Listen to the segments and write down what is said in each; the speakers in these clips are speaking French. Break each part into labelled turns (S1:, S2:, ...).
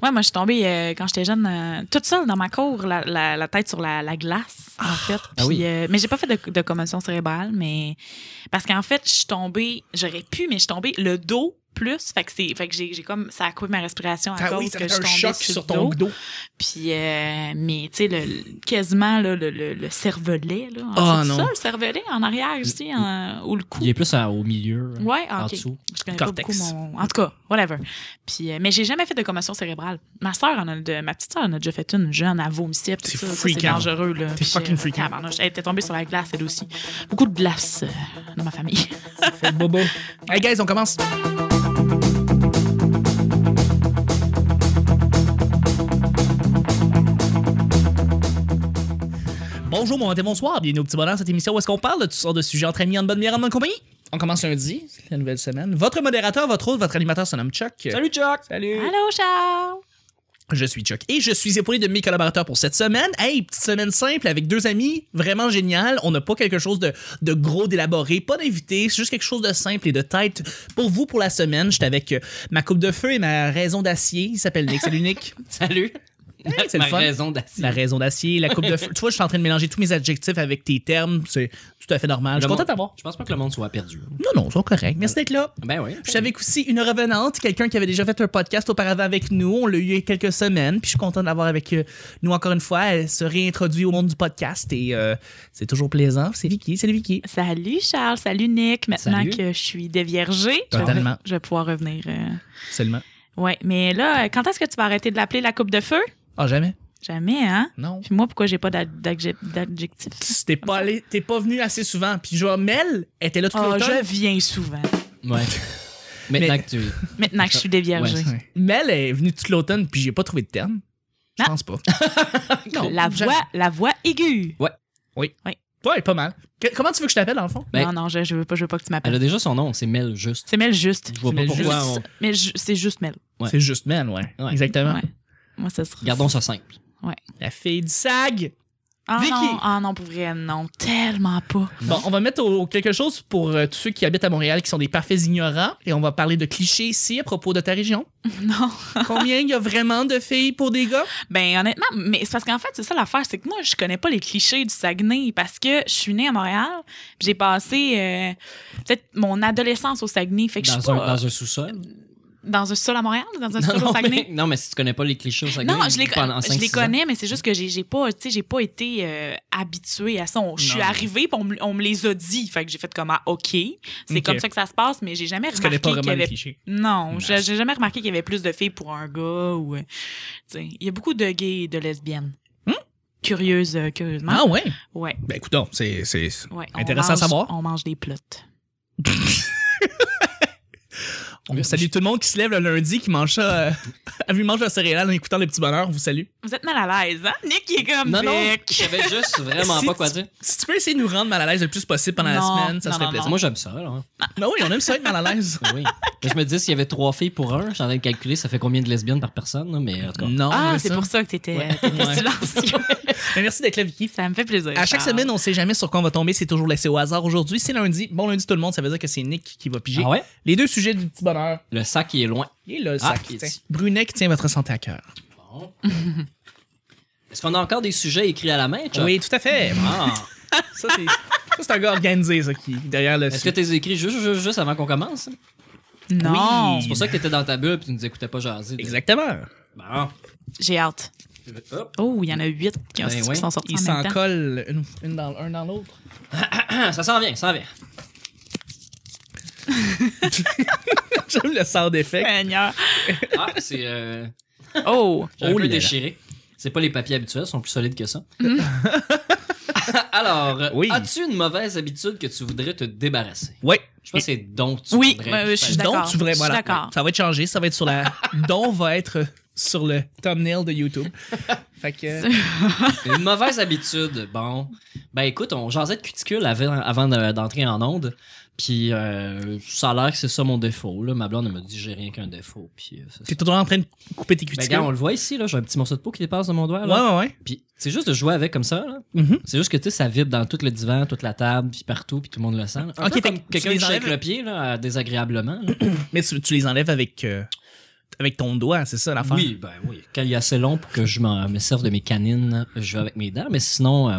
S1: Ouais, moi, je suis tombée euh, quand j'étais jeune, euh, toute seule dans ma cour, la, la- la tête sur la, la glace, en fait.
S2: ah
S1: Puis,
S2: oui.
S1: euh, mais j'ai pas fait de, de commotion cérébrale, mais. Parce qu'en fait, je suis tombée, j'aurais pu, mais je suis tombée le dos plus. Fait que, c'est, fait que j'ai, j'ai comme. Ça a coupé ma respiration à
S2: Ah
S1: cause
S2: oui,
S1: que je
S2: t'as
S1: suis
S2: un
S1: tombée
S2: choc
S1: sur,
S2: sur
S1: le
S2: ton
S1: dos.
S2: dos.
S1: Puis, euh, mais, tu sais, le, le- quasiment là, le, le, le cervelet, là.
S2: Ah,
S1: C'est
S2: non.
S1: ça, le cervelet, en arrière, je sais, en- ou le cou.
S3: Il est plus à- au milieu,
S2: euh,
S3: hein,
S1: Ouais, ah,
S3: en
S1: ok.
S3: dessous.
S1: Je connais
S2: Cortex.
S1: pas beaucoup mon. En tout cas, whatever. Puis, euh, mais j'ai jamais fait de commotion cérébrale. Ma soeur, en a, de, ma petite soeur en a déjà fait une jeune, à vomissait. puis
S2: C'est
S1: tout ça, ça, C'est
S2: freakant.
S1: dangereux, là. Puis,
S2: fucking
S1: euh,
S2: freakant.
S1: tabarnouche, Elle était tombée sur la glace, elle aussi. Beaucoup de glace euh, dans ma famille.
S2: Fait le bobo. Hey guys, on commence. Bonjour, bon matin, bonsoir. Bienvenue au petit bonheur. Cette émission où est-ce qu'on parle de toutes sortes de sujets entre amis, en bonne bière, en bonne compagnie. On commence lundi, c'est la nouvelle semaine. Votre modérateur, votre hôte, votre animateur se nomme Chuck.
S3: Salut, Chuck!
S2: Salut.
S1: Allô, Charles!
S2: Je suis Chuck et je suis épaulé de mes collaborateurs pour cette semaine. Hey, petite semaine simple avec deux amis, vraiment génial. On n'a pas quelque chose de, de gros d'élaboré, pas d'invité, c'est juste quelque chose de simple et de tête. Pour vous, pour la semaine, j'étais avec euh, ma coupe de feu et ma raison d'acier. Il s'appelle Nick, c'est l'unique.
S3: Salut!
S2: c'est le
S3: Ma
S2: fun.
S3: raison d'acier.
S2: La raison d'acier, la coupe de feu. Tu vois, je suis en train de mélanger tous mes adjectifs avec tes termes, c'est tout à fait normal. Je suis
S3: Le
S2: content
S3: monde-
S2: de t'avoir.
S3: Je pense pas que le monde soit perdu. hein.
S2: Non, non, c'est correct. Merci d'être là.
S3: Ben oui.
S2: Je suis avec aussi une revenante, quelqu'un qui avait déjà fait un podcast auparavant avec nous. On l'a eu il y a quelques semaines, puis je suis content d'avoir avec euh, nous encore une fois. Elle se réintroduit au monde du podcast et euh, c'est toujours plaisant. C'est Vicky, c'est Vicky.
S1: Salut, Charles! Salut, Nick! Maintenant
S3: Salut.
S1: que je suis déviergée, je vais-
S2: Totalement.
S1: je vais pouvoir revenir. euh.
S2: Seulement.
S1: Ouais, mais là, euh, quand est-ce que tu vas arrêter de l'appeler la coupe de feu?
S2: Ah, jamais?
S1: Jamais, hein?
S2: Non.
S1: Puis moi, pourquoi j'ai pas d'ad- d'adje- d'adjectif?
S2: T'es pas, allé, t'es pas venu assez souvent. Puis genre, Mel était là tout
S1: Oh,
S2: l'automne.
S1: je viens souvent.
S3: Ouais. Maintenant
S2: Mais-
S3: que tu.
S1: Maintenant que je suis déviergée.
S3: Ouais.
S2: Ouais. Mel est venue tout l'automne, puis j'ai pas trouvé de terme. Je
S1: Ah.
S2: pense pas.
S1: la,
S2: jamais.
S1: voix, la voix aiguë.
S2: Ouais, pas mal. Que- comment tu veux que je t'appelle, dans le fond?
S3: Ben-
S1: non, non, je, je, veux pas, je veux pas que tu
S3: Elle a
S1: m'appelles.
S3: déjà son nom, c'est Mel Juste.
S1: C'est Mel juste.
S3: Je vois pas
S2: Mel
S3: pourquoi.
S1: Juste-
S3: on-
S1: Mais ju- c'est juste Mel.
S3: Ouais.
S2: C'est juste Mel, ouais.
S3: Ouais.
S2: Exactement.
S1: Ouais. Moi, ça sera.
S3: Gardons ça simple.
S2: La fille du SAG!
S1: Ah
S2: Vicky.
S1: non, ah non, pour vrai, non, tellement pas.
S2: Bon, on va mettre au- quelque chose pour euh, tous ceux qui habitent à Montréal qui sont des parfaits ignorants et on va parler de clichés ici à propos de ta région.
S1: Non.
S2: Combien il y a vraiment de filles pour des gars?
S1: Ben, honnêtement, mais c'est parce qu'en fait, c'est ça l'affaire, c'est que moi, je connais pas les clichés du Saguenay parce que je suis née à Montréal, puis j'ai passé euh, peut-être mon adolescence au Saguenay, fait que je suis
S3: Dans
S1: pas
S3: un, dans un sous-sol.
S1: dans un sol à Montréal, dans un sol
S3: non,
S1: au Saguenay.
S3: mais, non, mais si tu connais pas les clichés au Saguenay,
S1: Non, je les, con-
S3: pendant
S1: je
S3: cinq,
S1: les
S3: six ans.
S1: connais, mais c'est juste que j'ai j'ai pas, tu sais, j'ai pas été euh, habituée à ça. On- Je suis
S3: Non.
S1: arrivée, puis on, me- on me les a dit. Fait que j'ai fait comme ah, ok, c'est
S2: Ok.
S1: comme ça que ça se passe, mais j'ai jamais
S2: Tu connais
S1: remarqué
S2: pas
S1: qu'il y
S2: vraiment les
S1: avait.
S2: clichés.
S1: Non, j'ai j'ai jamais remarqué qu'il y avait plus de filles pour un gars ou. euh, tu sais, il y a beaucoup de gays et de lesbiennes.
S2: Hmm?
S1: Curieuse, euh, curieusement.
S2: Ah ouais?
S1: Ouais,
S2: Ben écoutons, c'est. c'est-
S1: ouais. On
S2: Intéressant à
S1: mange-
S2: savoir.
S1: On mange des plottes.
S2: On salue tout le monde qui se lève le lundi, qui mange ça, euh, à vue mange le céréal en écoutant le petit bonheur, on vous salue.
S1: Vous êtes mal à l'aise, hein? Nick, il est comme.
S3: Non, non,
S1: Vic.
S3: je savais juste vraiment
S2: Si
S3: pas quoi
S2: tu-
S3: dire.
S2: Si tu peux essayer de nous rendre mal à l'aise le plus possible pendant
S1: Non,
S2: la semaine, ça
S1: non,
S2: serait
S1: non,
S2: plaisir.
S1: non.
S3: Moi, j'aime ça, là. hein.
S2: Ben oui, on aime ça être mal à l'aise.
S3: Oui. Mais je me dis, s'il y avait trois filles pour un, j'en ai calculé, ça fait combien de lesbiennes par personne, là, mais en tout cas.
S2: Non, on
S1: Ah,
S2: aime
S1: c'est
S2: ça.
S1: pour ça que t'étais euh,
S2: Ouais.
S1: t'étais
S2: Ouais.
S1: silencieux.
S2: Ben, merci d'être là, Vicky.
S1: ça me fait plaisir. Ah.
S2: À chaque
S1: Charles.
S2: semaine, on sait jamais sur quoi on va tomber, c'est toujours laissé au hasard. Aujourd'hui, c'est lundi. Bon lundi tout le monde, ça veut dire que c'est Nick qui va piger.
S3: Ah ouais?
S2: Les deux sujets du petit bonheur.
S3: Le sac, il est loin.
S2: Il est là, le
S3: Ah,
S2: sac.
S3: il est
S2: tiens.
S3: ici.
S2: Brunet qui tient votre santé à cœur.
S3: Bon. Est-ce qu'on a encore des sujets écrits à la main, Chuck?
S2: Oui, tout à fait.
S3: Ah.
S2: ça, c'est- ça, c'est un gars organisé, ça, qui derrière le.
S3: Est-ce que t'es écrit juste, juste, juste avant qu'on commence?
S1: Non.
S3: C'est pour ça que t'étais dans ta bulle et tu nous écoutais pas jaser. de-
S2: Exactement.
S3: Bon.
S1: J'ai hâte.
S3: Hop.
S1: Oh, il y en a huit qui, ont-
S3: Ben
S1: qui
S3: oui,
S1: sont sortis
S2: Ils
S1: en
S2: s'en
S1: même temps.
S2: collent une, une dans, un dans l'autre.
S3: Ah, Ça s'en vient, ça s'en vient.
S2: J'aime le sort d'effet.
S1: Seigneur.
S3: Ah, c'est. euh,
S1: Oh,
S3: J'ai un
S2: Oh là
S3: peu
S2: là. Mm.
S3: déchiré. C'est pas les papiers habituels, ils sont plus solides que ça. Alors, euh,
S2: Oui.
S3: as-tu une mauvaise habitude que tu voudrais te débarrasser?
S2: Ouais.
S3: Je pense que c'est donc tu
S1: Oui,
S3: voudrais.
S1: ben, je suis
S3: faire-
S1: d'accord.
S2: Donc, tu voudrais.
S1: Je suis
S2: Voilà.
S1: d'accord.
S2: Ça va être changé. Ça va être sur la. Don va être sur le thumbnail de YouTube. Fait que.
S3: Une mauvaise habitude. Bon. Ben écoute, on jasait de cuticule avant, avant de- d'entrer en onde. Puis euh, ça a l'air que c'est ça mon défaut. Là. Ma blonde elle m'a dit j'ai rien qu'un défaut. Puis euh, c'est
S2: T'es
S3: ça.
S2: tout le temps en train de couper tes
S3: Ben,
S2: cuticules.
S3: gars, on le voit ici, là, j'ai un petit morceau de peau qui dépasse de mon doigt.
S2: ouais,
S3: Là.
S2: ouais, ouais.
S3: Puis c'est juste de jouer avec comme ça. Là.
S1: Mm-hmm.
S2: Mhm.
S3: C'est juste que tu sais, ça vibre dans tout le divan, toute la table, puis partout, puis tout le monde le sent. là. Un
S2: Ok,
S3: peu
S2: fait
S3: comme
S2: que tu
S3: quelqu'un
S2: les
S3: qui shake
S2: enlèves-
S3: le pied là, euh, désagréablement. là.
S2: Mais tu, tu les enlèves avec. euh, avec ton doigt, c'est ça l'affaire.
S3: Oui, ben oui. Quand il est assez long pour que je m'en- me serve de mes canines, je vais avec mes dents. Mais sinon, euh,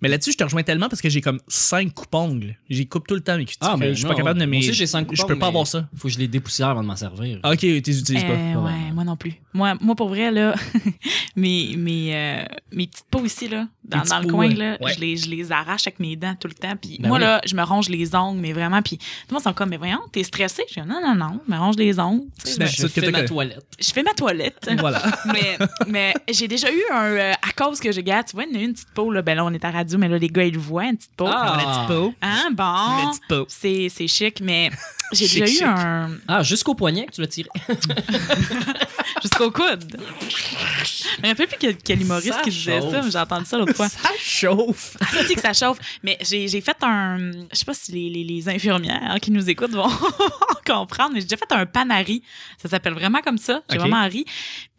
S2: Mais là-dessus, je te rejoins tellement parce que j'ai comme 5 coupes-ongles. J'y coupe tout le temps mes cuticules.
S3: Ah, mais
S2: je suis
S3: non,
S2: pas capable de
S3: moi
S2: mes.
S3: aussi, j'ai cinq
S2: Je peux
S3: coupes-ongles,
S2: pas
S3: mais-
S2: avoir ça.
S3: faut que je les dépoussière avant de m'en servir.
S2: Ah, ok, tu les utilises pas.
S1: Euh,
S3: pas
S1: ouais,
S3: vraiment.
S1: moi non plus. Moi, moi pour vrai, là, mes, mes, euh, mes petites peaux ici, là, dans,
S2: petites
S1: dans le
S2: peaux,
S1: coin,
S2: ouais.
S1: là,
S2: Ouais.
S1: je, les, je les arrache avec mes dents tout le temps. Puis
S3: Ben
S1: moi,
S3: oui.
S1: là, je me ronge les ongles, mais vraiment. Puis tout le monde sont comme, mais voyons, t'es stressé? Je dis, non, non, non, je me ronge les ongles. Tu sais,
S2: C'est
S1: je,
S2: la-
S3: Je
S2: que
S3: fais
S2: t'as
S3: ma
S2: que-
S3: toilette.
S1: je fais ma toilette.
S2: Voilà.
S1: mais mais j'ai déjà eu un. euh, à cause que je garde, tu vois, il y en a une petite peau, là. Ben là, on est à radio, mais là, les gars, ils le voient, une petite peau.
S3: Ah.
S2: La petite peau.
S1: Hein,
S2: La
S1: bon.
S2: petite peau.
S1: C'est c'est chic, mais j'ai
S2: Chic,
S1: déjà eu
S2: chic.
S1: un.
S3: Ah, jusqu'au poignet que tu l'as tiré.
S1: Jusqu'au coude. Je me rappelle plus quel, quel humoriste
S3: Ça
S1: qui disait
S3: chauffe.
S1: ça, mais j'ai entendu ça l'autre fois. Ah,
S2: Ça chauffe.
S1: Ça dit que ça chauffe. Mais j'ai j'ai fait un. Je sais pas si les, les- les infirmières qui nous écoutent vont comprendre, mais j'ai déjà fait un panari. Ça s'appelle vraiment comme ça. J'ai
S2: Ok.
S1: vraiment ri.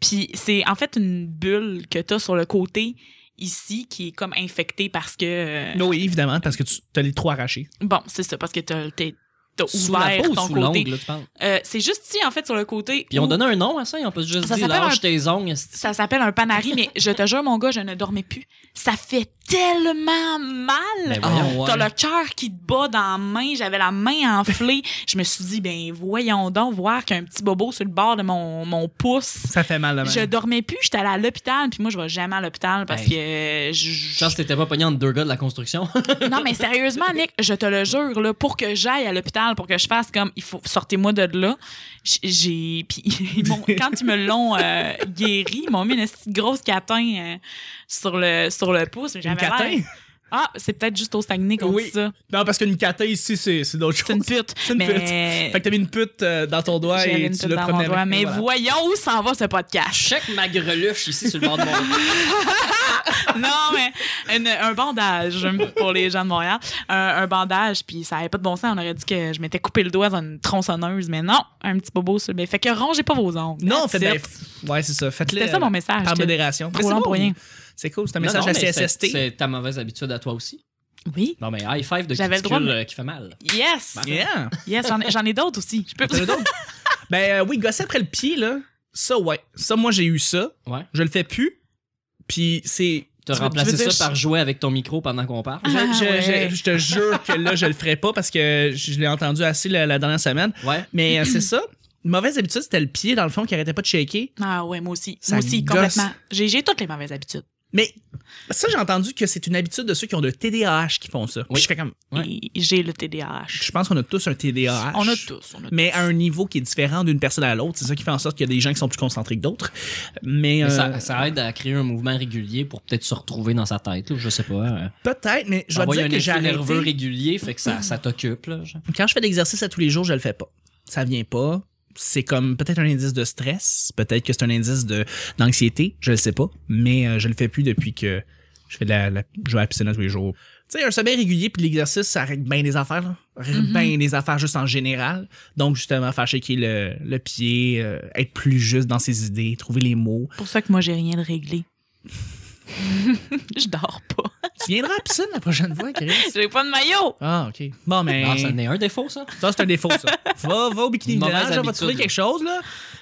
S1: Puis c'est en fait une bulle que t'as sur le côté ici qui est comme infectée parce que. euh,
S2: Non, oui, évidemment, parce que tu as les trois arrachés.
S1: Bon, c'est ça, parce que t'as t'es- t'as
S3: Sous la
S1: ouvert
S3: peau ou
S1: ton
S3: sous
S1: côté.
S3: l'ongle, là, tu parles.
S1: Euh, c'est juste ici, en fait, sur le côté.
S3: Puis on
S1: où-
S3: donnait un nom à ça, et on peut juste
S1: Ça
S3: dire
S1: s'appelle
S3: lâche
S1: un-
S3: tes ongles. esti.
S1: Ça s'appelle un panari, mais je te jure, mon gars, je ne dormais plus. Ça fait tellement mal. Oh,
S3: Ben voyons.
S2: Ah ouais.
S1: T'as le cœur qui te bat dans la main. J'avais la main enflée. je me suis dit, ben voyons donc voir qu'un petit bobo sur le bord de mon, mon pouce.
S2: Ça fait mal de même.
S1: Je dormais plus. J'étais allée à l'hôpital. Puis moi, je vais jamais à l'hôpital parce
S3: Hey.
S1: que... je- je-
S3: Chance que t'étais pas pogné entre deux gars de la construction.
S1: non, mais sérieusement, Nick, je te le jure, là, pour que j'aille à l'hôpital, pour que je fasse comme, il faut, sortez-moi de là. J- J'ai. Puis, ils m'ont- quand ils me l'ont euh, guéri, ils m'ont mis une petite grosse catin euh, sur, le, sur le pouce. mais
S2: Une
S1: j'avais
S2: catin?
S1: l'air- Ah, c'est peut-être juste au Saguenay qu'on
S2: Oui.
S1: dit ça.
S2: Non, parce qu'une catin ici, c'est c'est d'autres
S1: C'est
S2: choses.
S1: une pute.
S2: C'est une
S1: mais...
S2: Fait que t'as mis une pute euh, dans ton doigt
S1: J'avais
S2: et
S1: une
S2: tu
S1: pute
S2: l'as
S1: dans
S2: promené
S1: mon doigt.
S2: avec.
S1: Mais
S2: Et voilà.
S1: voyons où s'en va ce podcast.
S3: Check ma greluche ici sur le bord de mon
S1: non, mais une- un bandage pour les gens de Montréal. Un, un bandage, puis ça n'avait pas de bon sens. On aurait dit que je m'étais coupé le doigt dans une tronçonneuse, mais non, un petit bobo sur le mais Fait que rongez pas vos ongles.
S2: Non,
S1: That's
S2: fait,
S1: it.
S2: ben, ouais, c'est ça. Faites-le.
S1: C'était ça
S2: euh,
S1: mon message.
S2: Par
S1: J'étais
S2: modération. Mais
S1: Trop
S2: c'est
S1: long
S2: bon.
S1: pour rien.
S2: C'est cool, c'est un
S3: Non,
S2: message
S3: non,
S2: à
S3: mais c'est-
S2: CSST.
S3: C'est ta mauvaise habitude à toi aussi.
S1: Oui.
S3: Non, mais high five de
S1: J'avais le
S3: cuticule
S1: droit de-
S3: euh, qui fait mal.
S1: Yes.
S2: Yeah.
S1: Yes, j'en ai- j'en ai d'autres aussi. Je peux
S2: T'en as d'autres? ben euh, oui, gosser après le pied, là. Ça, ouais. Ça, moi, j'ai eu ça.
S3: Ouais.
S2: Je le fais plus. Puis c'est.
S3: T'as
S2: tu veux-
S3: remplacé
S2: tu veux
S3: ça
S2: dire-
S3: par jouer avec ton micro pendant qu'on parle.
S2: Je,
S1: Ah,
S2: je-
S1: ouais.
S2: je- je te jure que là, je le ferai pas parce que je l'ai entendu assez la, la dernière semaine.
S3: Ouais.
S2: Mais euh, c'est ça. Une mauvaise habitude, c'était le pied, dans le fond, qui arrêtait pas de shaker.
S1: Ah ouais, moi aussi.
S2: Ça
S1: moi aussi,
S2: gosse.
S1: complètement. J'ai j'ai toutes les mauvaises habitudes.
S2: Mais ça, j'ai entendu que c'est une habitude de ceux qui ont le TDAH qui font ça. Puis
S3: Oui.
S2: Je fais comme.
S3: Ouais.
S1: Et J'ai le TDAH.
S2: Je pense qu'on a tous un TDAH.
S1: On a tous. On a
S2: Mais à un niveau qui est différent d'une personne à l'autre. C'est ça qui fait en sorte qu'il y a des gens qui sont plus concentrés que d'autres.
S3: Mais
S2: Mais, euh,
S3: ça, ça aide à créer un mouvement régulier pour peut-être se retrouver dans sa tête, là, je sais pas. euh,
S2: peut-être, mais je dois te
S3: envoyer
S2: dire
S3: un
S2: que j'ai
S3: effet
S2: arrêté.
S3: nerveux régulier, fait que ça, ça t'occupe. là, genre.
S2: Quand je fais l'exercice à tous les jours, je le fais pas. Ça vient pas. C'est comme peut-être un indice de stress, peut-être que c'est un indice de d'anxiété, je le sais pas, mais euh, je le fais plus depuis que je fais de la, la- je vais à la piscine à tous les jours. Tu sais, un sommeil régulier puis de l'exercice, ça règle bien des affaires, là. Règle
S1: Mhm.
S2: bien des affaires juste en général. Donc justement, faire shaker le, le pied, euh, être plus juste dans ses idées, trouver les mots.
S1: C'est pour ça que moi, j'ai rien de réglé. je dors pas.
S2: Tu viendras à la piscine la prochaine fois, Chris?
S1: J'ai pas de maillot.
S2: Ah, ok. Bon, mais...
S3: Ah, ça n'est un défaut, ça.
S2: Ça, c'est un défaut, ça. Va, va au bikini
S3: Une
S2: village,
S3: mauvaise
S2: là, va
S3: habitude,
S2: te trouver
S3: là.
S2: quelque chose, là.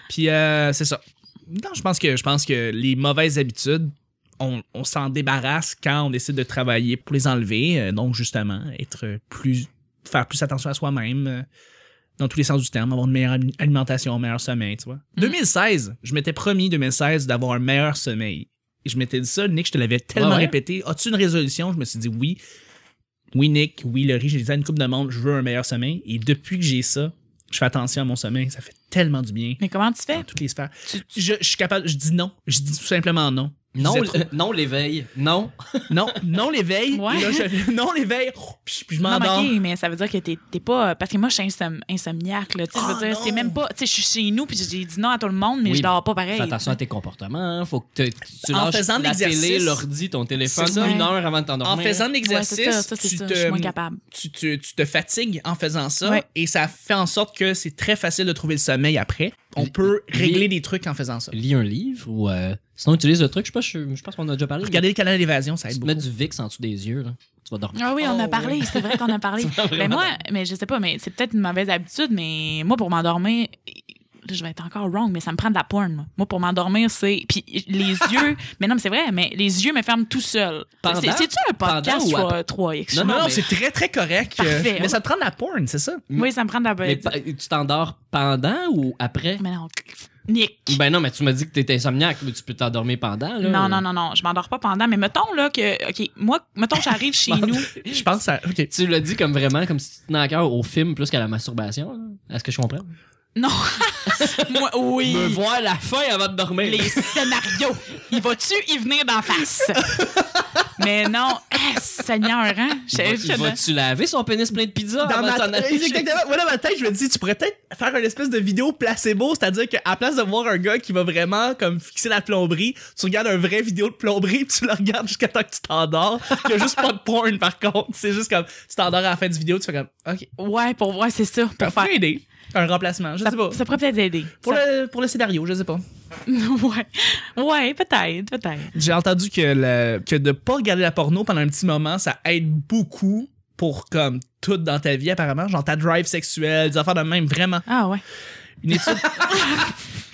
S2: Puis, euh, c'est ça. Non, je pense que, je pense que les mauvaises habitudes, on, on s'en débarrasse quand on décide de travailler pour les enlever. Euh, donc, justement, être plus, faire plus attention à soi-même. euh, dans tous les sens du terme, avoir une meilleure ami- alimentation, un meilleur sommeil, tu vois.
S3: Mm.
S2: 2016, je m'étais promis 2016 d'avoir un meilleur sommeil. Et je m'étais dit ça, Nick, je te l'avais tellement
S3: Bah Ouais, ouais.
S2: répété. As-tu une résolution? Je me suis dit oui. Oui, Nick, oui, Laurie, j'ai dit à une coupe de monde, je veux un meilleur sommeil. Et depuis que j'ai ça, je fais attention à mon sommeil. Ça fait tellement du bien
S1: Mais comment tu fais?
S2: dans toutes les sphères. Je, je suis capable, je dis non. Je dis tout simplement non. Je
S3: Non,
S2: disais
S3: le- non l'éveil. Non.
S2: Non, non l'éveil.
S1: Ouais.
S2: Et là, je- non l'éveil. Oh, puis je
S1: Non, mais
S2: m'endors.
S1: ok, mais ça veut dire que t'es t'es pas. euh, Parce que moi, je suis insom- insomniaque, là. Tu sais, je
S2: Ah,
S1: veux dire, c'est
S2: non.
S1: même pas. Tu sais, je suis chez nous, puis j'ai dit non à tout le monde, mais
S3: Oui,
S1: je dors pas pareil.
S3: Fais attention à tes comportements. hein. Faut que te- tu
S2: En
S3: lâches
S2: faisant de
S3: la télé,
S2: l'exercice.
S3: l'ordi, ton téléphone
S2: C'est ça.
S3: une heure avant de t'endormir.
S2: En faisant de
S1: Ouais, c'est ça,
S2: l'exercice,
S1: ça, c'est
S2: tu
S1: ça. Je suis moins
S2: te
S1: capable.
S2: tu, tu- tu te fatigues en faisant ça
S1: Ouais.
S2: et ça fait en sorte que c'est très facile de trouver le sommeil après. On peut
S3: li-
S2: régler des trucs en faisant ça.
S3: Lis un livre ou euh, sinon utilise le truc. Je sais pas, je, je pense qu'on en a déjà parlé.
S2: Regardez le canal d'évasion, ça
S3: mais
S2: aide
S3: tu te
S2: beaucoup.
S3: mets du VIX en dessous des yeux. là. Tu vas dormir.
S1: Ah oui, on
S2: Oh,
S1: a parlé,
S2: oui.
S1: c'est vrai qu'on a parlé.
S3: Tu vas
S1: Ben, mais
S3: vraiment
S1: moi, mais je sais pas, mais c'est peut-être une mauvaise habitude, mais moi, pour m'endormir, là, je vais être encore wrong, mais ça me prend de la porn, moi. Moi, pour m'endormir, c'est. Puis les yeux. Mais non, mais c'est vrai, mais les yeux me ferment tout seul.
S3: Pendant-
S1: C'est- C'est-tu un podcast
S3: pendant ou
S1: sur
S3: après?
S1: euh, 3X?
S3: Non,
S2: Non,
S3: non, mais-
S2: c'est très, très correct. euh,
S1: Parfait.
S2: mais ça te prend de la porn, c'est ça?
S1: Oui, ça me prend de la
S3: Mais
S1: bonne.
S3: pa- tu t'endors pendant ou après?
S1: Mais non, Nick.
S3: Ben non, mais tu m'as dit que t'étais insomniaque, mais tu peux t'endormir pendant, là.
S1: Non, non, non, non, je m'endors pas pendant. Mais mettons, là, que. OK, moi, mettons, j'arrive chez nous.
S2: Je pense à. OK.
S3: Tu l'as dit comme vraiment, comme si tu tenais à cœur au film plus qu'à la masturbation, là. Est-ce que je comprends?
S1: Non. moi, oui.
S3: Me voir la fin avant de dormir.
S1: les scénarios. Il va-tu y venir d'en face? Mais non, eh, Seigneur, hein? Je-
S3: Il va-
S1: je-
S3: il va-tu laver son pénis plein de pizza
S2: Dans
S3: avant de s'en
S2: ma...
S3: aller chez-
S2: Exactement. Moi, dans ma tête, je me dis, tu pourrais peut-être faire une espèce de vidéo placebo, c'est-à-dire qu'à place de voir un gars qui va vraiment comme fixer la plomberie, tu regardes un vrai vidéo de plomberie, puis tu le regardes jusqu'à temps que tu t'endors. Il y a juste pas de porn, par contre. C'est juste comme, tu t'endors à la fin du vidéo, tu fais comme, OK,
S1: ouais, pour voir, c'est ça. Pour
S2: pour
S1: faire.
S2: faire aider. Un remplacement, je
S1: Ça,
S2: sais pas.
S1: ça pourrait peut-être aider.
S2: Pour,
S1: Ça-
S2: le, pour le scénario, je sais pas.
S1: ouais, ouais peut-être, peut-être.
S2: J'ai entendu que, le, que de pas regarder la porno pendant un petit moment, ça aide beaucoup pour comme tout dans ta vie apparemment, genre ta drive sexuelle, des affaires de même, vraiment.
S1: Ah ouais.
S2: Une étude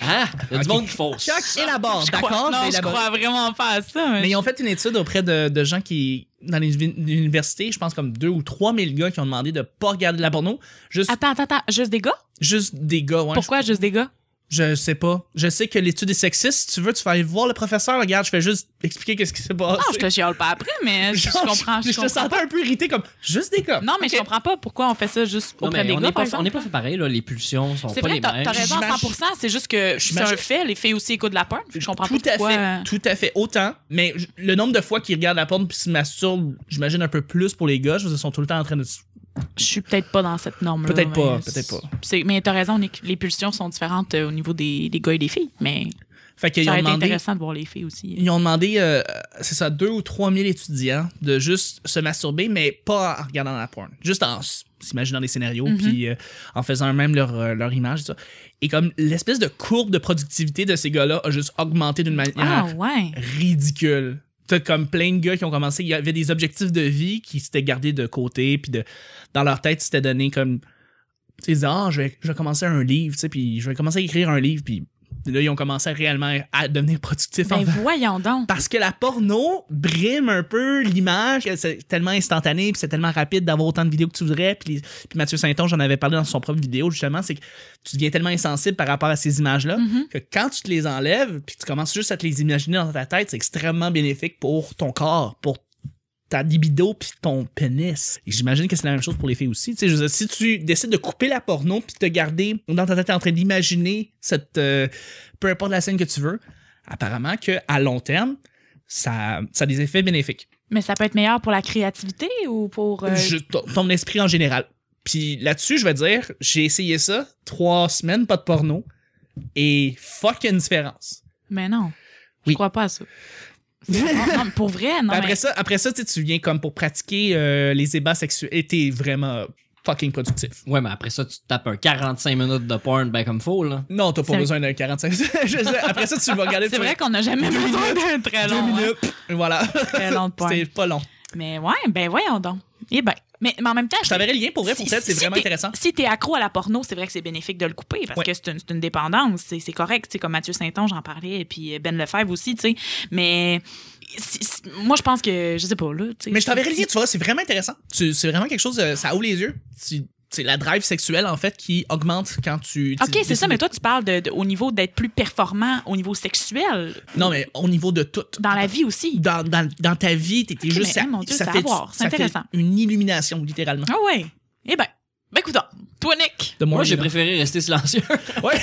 S3: Hein? Il y a du
S2: Ok.
S3: monde qui fausse.
S2: Chuck élabore,
S1: Je
S2: d'accord?
S1: crois,
S2: je vais
S1: non, je
S2: élaborer.
S1: crois vraiment pas à ça. Mais,
S2: Mais ils ont fait une étude auprès de, de gens qui, dans les uni- universités, je pense comme deux ou trois mille gars qui ont demandé de pas regarder la porno. Juste,
S1: Attends, attends, attends. Juste des gars?
S2: juste des gars, ouais.
S1: Pourquoi juste des gars?
S2: Je sais pas. Je sais que l'étude est sexiste. Si tu veux, tu vas aller voir le professeur. Regarde, je fais juste expliquer qu'est-ce qui s'est passé.
S1: Non, je te chiale pas après, mais Ah, je
S2: Genre,
S1: comprends. Je,
S2: Je te
S1: comprends.
S2: sentais un peu irrité, comme juste des gars.
S1: Non, mais je
S2: Ok.
S1: comprends pas pourquoi on fait ça juste
S3: Non,
S1: auprès
S3: mais
S1: des
S3: on
S1: gars.
S3: n'est
S1: par
S3: pas, on
S1: exemple.
S3: n'est pas fait pareil, là. Les pulsions sont
S1: C'est
S3: pas
S1: vrai,
S3: les
S1: t'as
S3: mêmes.
S1: t'as raison à
S2: J'imagine-
S1: 100 c'est juste que c'est
S2: J'imagine-
S1: un fait. Les filles aussi écoutent de la porn. Je comprends
S2: tout
S1: pas pourquoi. euh.
S2: à fait, tout à fait, autant. Mais j- le nombre de fois qu'ils regardent la porte puis se masturbent, j'imagine un peu plus pour les gars. Je veux dire, ils sont tout le temps en train de. se-
S1: Je suis peut-être pas dans cette norme-là.
S2: Peut-être
S1: mais
S2: pas,
S1: c'est-
S2: peut-être pas.
S1: c'est- Mais t'as raison, Nick, les pulsions sont différentes euh, au niveau des, des gars et des filles. Mais
S2: Fait qu'ils
S1: ça
S2: ont
S1: aurait été
S2: demandé.
S1: intéressant de voir les filles aussi.
S2: Ils ont demandé, euh, c'est ça, deux ou trois mille étudiants de juste se masturber, mais pas en regardant la porn. Juste en s- s'imaginant des scénarios,
S1: Mhm.
S2: puis euh, en faisant eux-mêmes leur, euh, leur image. Et, ça. et comme l'espèce de courbe de productivité de ces gars-là a juste augmenté d'une manière
S1: Ah ouais.
S2: ridicule. T'as comme plein de gars qui ont commencé, il y avait des objectifs de vie qui s'étaient gardés de côté, puis de, dans leur tête, s'étaient donné comme, tu sais, ah, je vais, je vais commencer un livre, tu sais, puis je vais commencer à écrire un livre, puis là, ils ont commencé réellement à devenir productifs. en-
S1: Ben voyons donc.
S2: Parce que la porno brime un peu l'image, que c'est tellement instantané, puis c'est tellement rapide d'avoir autant de vidéos que tu voudrais, puis, les- puis Mathieu Saint-Onge, j'en avais parlé dans son propre vidéo, justement, c'est que tu deviens tellement insensible par rapport à ces images-là,
S1: Mhm.
S2: que quand tu te les enlèves, puis que tu commences juste à te les imaginer dans ta tête, c'est extrêmement bénéfique pour ton corps, pour ta libido puis ton pénis. Et j'imagine que c'est la même chose pour les filles aussi. Tu sais, je veux dire, si tu décides de couper la porno puis de te garder dans ta tête en train d'imaginer cette euh, peu importe la scène que tu veux, apparemment que à long terme ça, ça a des effets bénéfiques.
S1: Mais ça peut être meilleur pour la créativité ou pour. euh,
S2: Je- ton, ton esprit en général. Puis là-dessus, je vais dire, j'ai essayé ça trois semaines pas de porno et fuck il y a une différence.
S1: Mais non. Je
S2: Oui.
S1: crois pas à ça. Non, non, mais pour vrai, non.
S2: Puis
S1: mais-
S2: après ça, après ça, tu sais, tu viens comme pour pratiquer euh, les ébats sexuels et t'es vraiment fucking productif.
S3: Ouais, mais après ça, tu te tapes un 45 minutes de porn, ben comme faut, là.
S2: Non, t'as pas
S1: C'est-
S2: besoin d'un 45 Je veux dire, Après ça, tu vas regarder
S1: C'est
S2: le-
S1: vrai qu'on n'a jamais besoin d'un très
S2: deux
S1: long. hein,
S2: minutes. pff, Voilà.
S1: très long de porn.
S2: C'est pas long.
S1: Mais ouais, ben voyons donc. Eh ben. Mais, mais en même temps,
S2: Je t'enverrai le lien pour vrai, pour
S1: Si-
S2: peut-être, c'est
S1: si
S2: vraiment
S1: t'es-
S2: intéressant.
S1: Si t'es accro à la porno, c'est vrai que c'est bénéfique de le couper parce
S2: Ouais.
S1: que c'est une, c'est une dépendance. C'est c'est correct. Tu sais, comme Mathieu Saint-Onge, j'en parlais, et puis Ben Lefebvre aussi, tu sais. Mais si- si- moi, je pense que, je sais pas, là. tu sais,
S2: Mais je t'enverrai le
S1: si-
S2: lien, tu vois, c'est vraiment intéressant. Tu- C'est vraiment quelque chose, de- ça ouvre les yeux. Tu- C'est la drive sexuelle, en fait, qui augmente quand tu. tu
S1: OK, c'est
S2: décides
S1: ça, mais
S2: de-
S1: toi, tu parles de, de- au niveau d'être plus performant, au niveau sexuel,
S2: Non, mais au niveau de tout.
S1: dans la vie aussi.
S2: Dans, dans, dans ta vie, t'étais
S1: Ok,
S2: juste.
S1: mais,
S2: ça-
S1: hey, mon Dieu,
S2: ça
S1: c'est à
S2: fait-
S1: voir, c'est
S2: ça fait
S1: intéressant.
S2: Une illumination, littéralement.
S1: Ah ouais. Eh ben, ben écoute, donc, toi, Nick.
S2: De
S3: Moi, j'ai
S2: là.
S3: préféré rester silencieux.
S2: Ouais.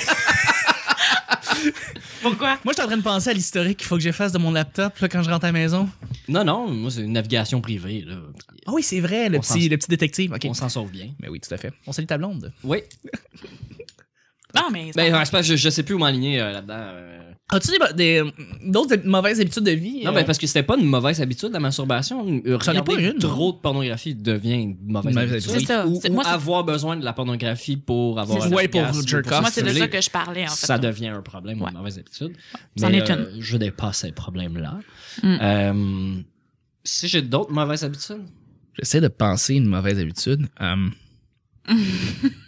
S1: Pourquoi?
S2: Moi, je suis en train de penser à l'historique qu'il faut que j'efface de mon laptop là, quand je rentre à la maison.
S3: non, non, moi, c'est une navigation privée, là. Puis,
S2: Ah oui, c'est vrai, le,
S3: On
S2: petit,
S3: s'en-
S2: le petit détective. OK.
S3: On s'en sauve bien.
S2: Mais oui, tout à fait. On salue ta blonde.
S3: Oui.
S1: Non, mais.
S3: Ben, non, c'est pas- je, je sais plus où m'aligner euh, là-dedans. euh.
S2: As-tu des, des- d'autres mauvaises habitudes de vie?
S3: Non,
S2: euh,
S3: ben, parce que c'était pas une mauvaise habitude, la masturbation. Euh,
S2: J'en ai
S3: regarder
S2: pas une.
S3: Trop de pornographie devient une mauvaise,
S2: Une mauvaise
S3: habitude.
S2: habitude.
S1: C'est ça.
S3: Ou,
S1: C'est-
S3: ou
S1: moi, c'est-
S3: avoir besoin de la pornographie pour avoir.
S1: C'est
S3: un
S2: ça. Ouais, pour
S3: orgasme,
S2: jerk
S3: se
S2: off.
S1: moi, c'est de
S3: stimuler.
S1: ça que je parlais, en fait.
S3: ça devient un problème ou
S1: Ouais.
S3: une mauvaise habitude.
S1: C'en
S3: Mais
S1: est
S3: euh, je dépasse ces problèmes-là.
S1: Mm.
S3: Euh, si j'ai d'autres mauvaises habitudes, euh.
S2: J'essaie de penser une mauvaise habitude. Hum.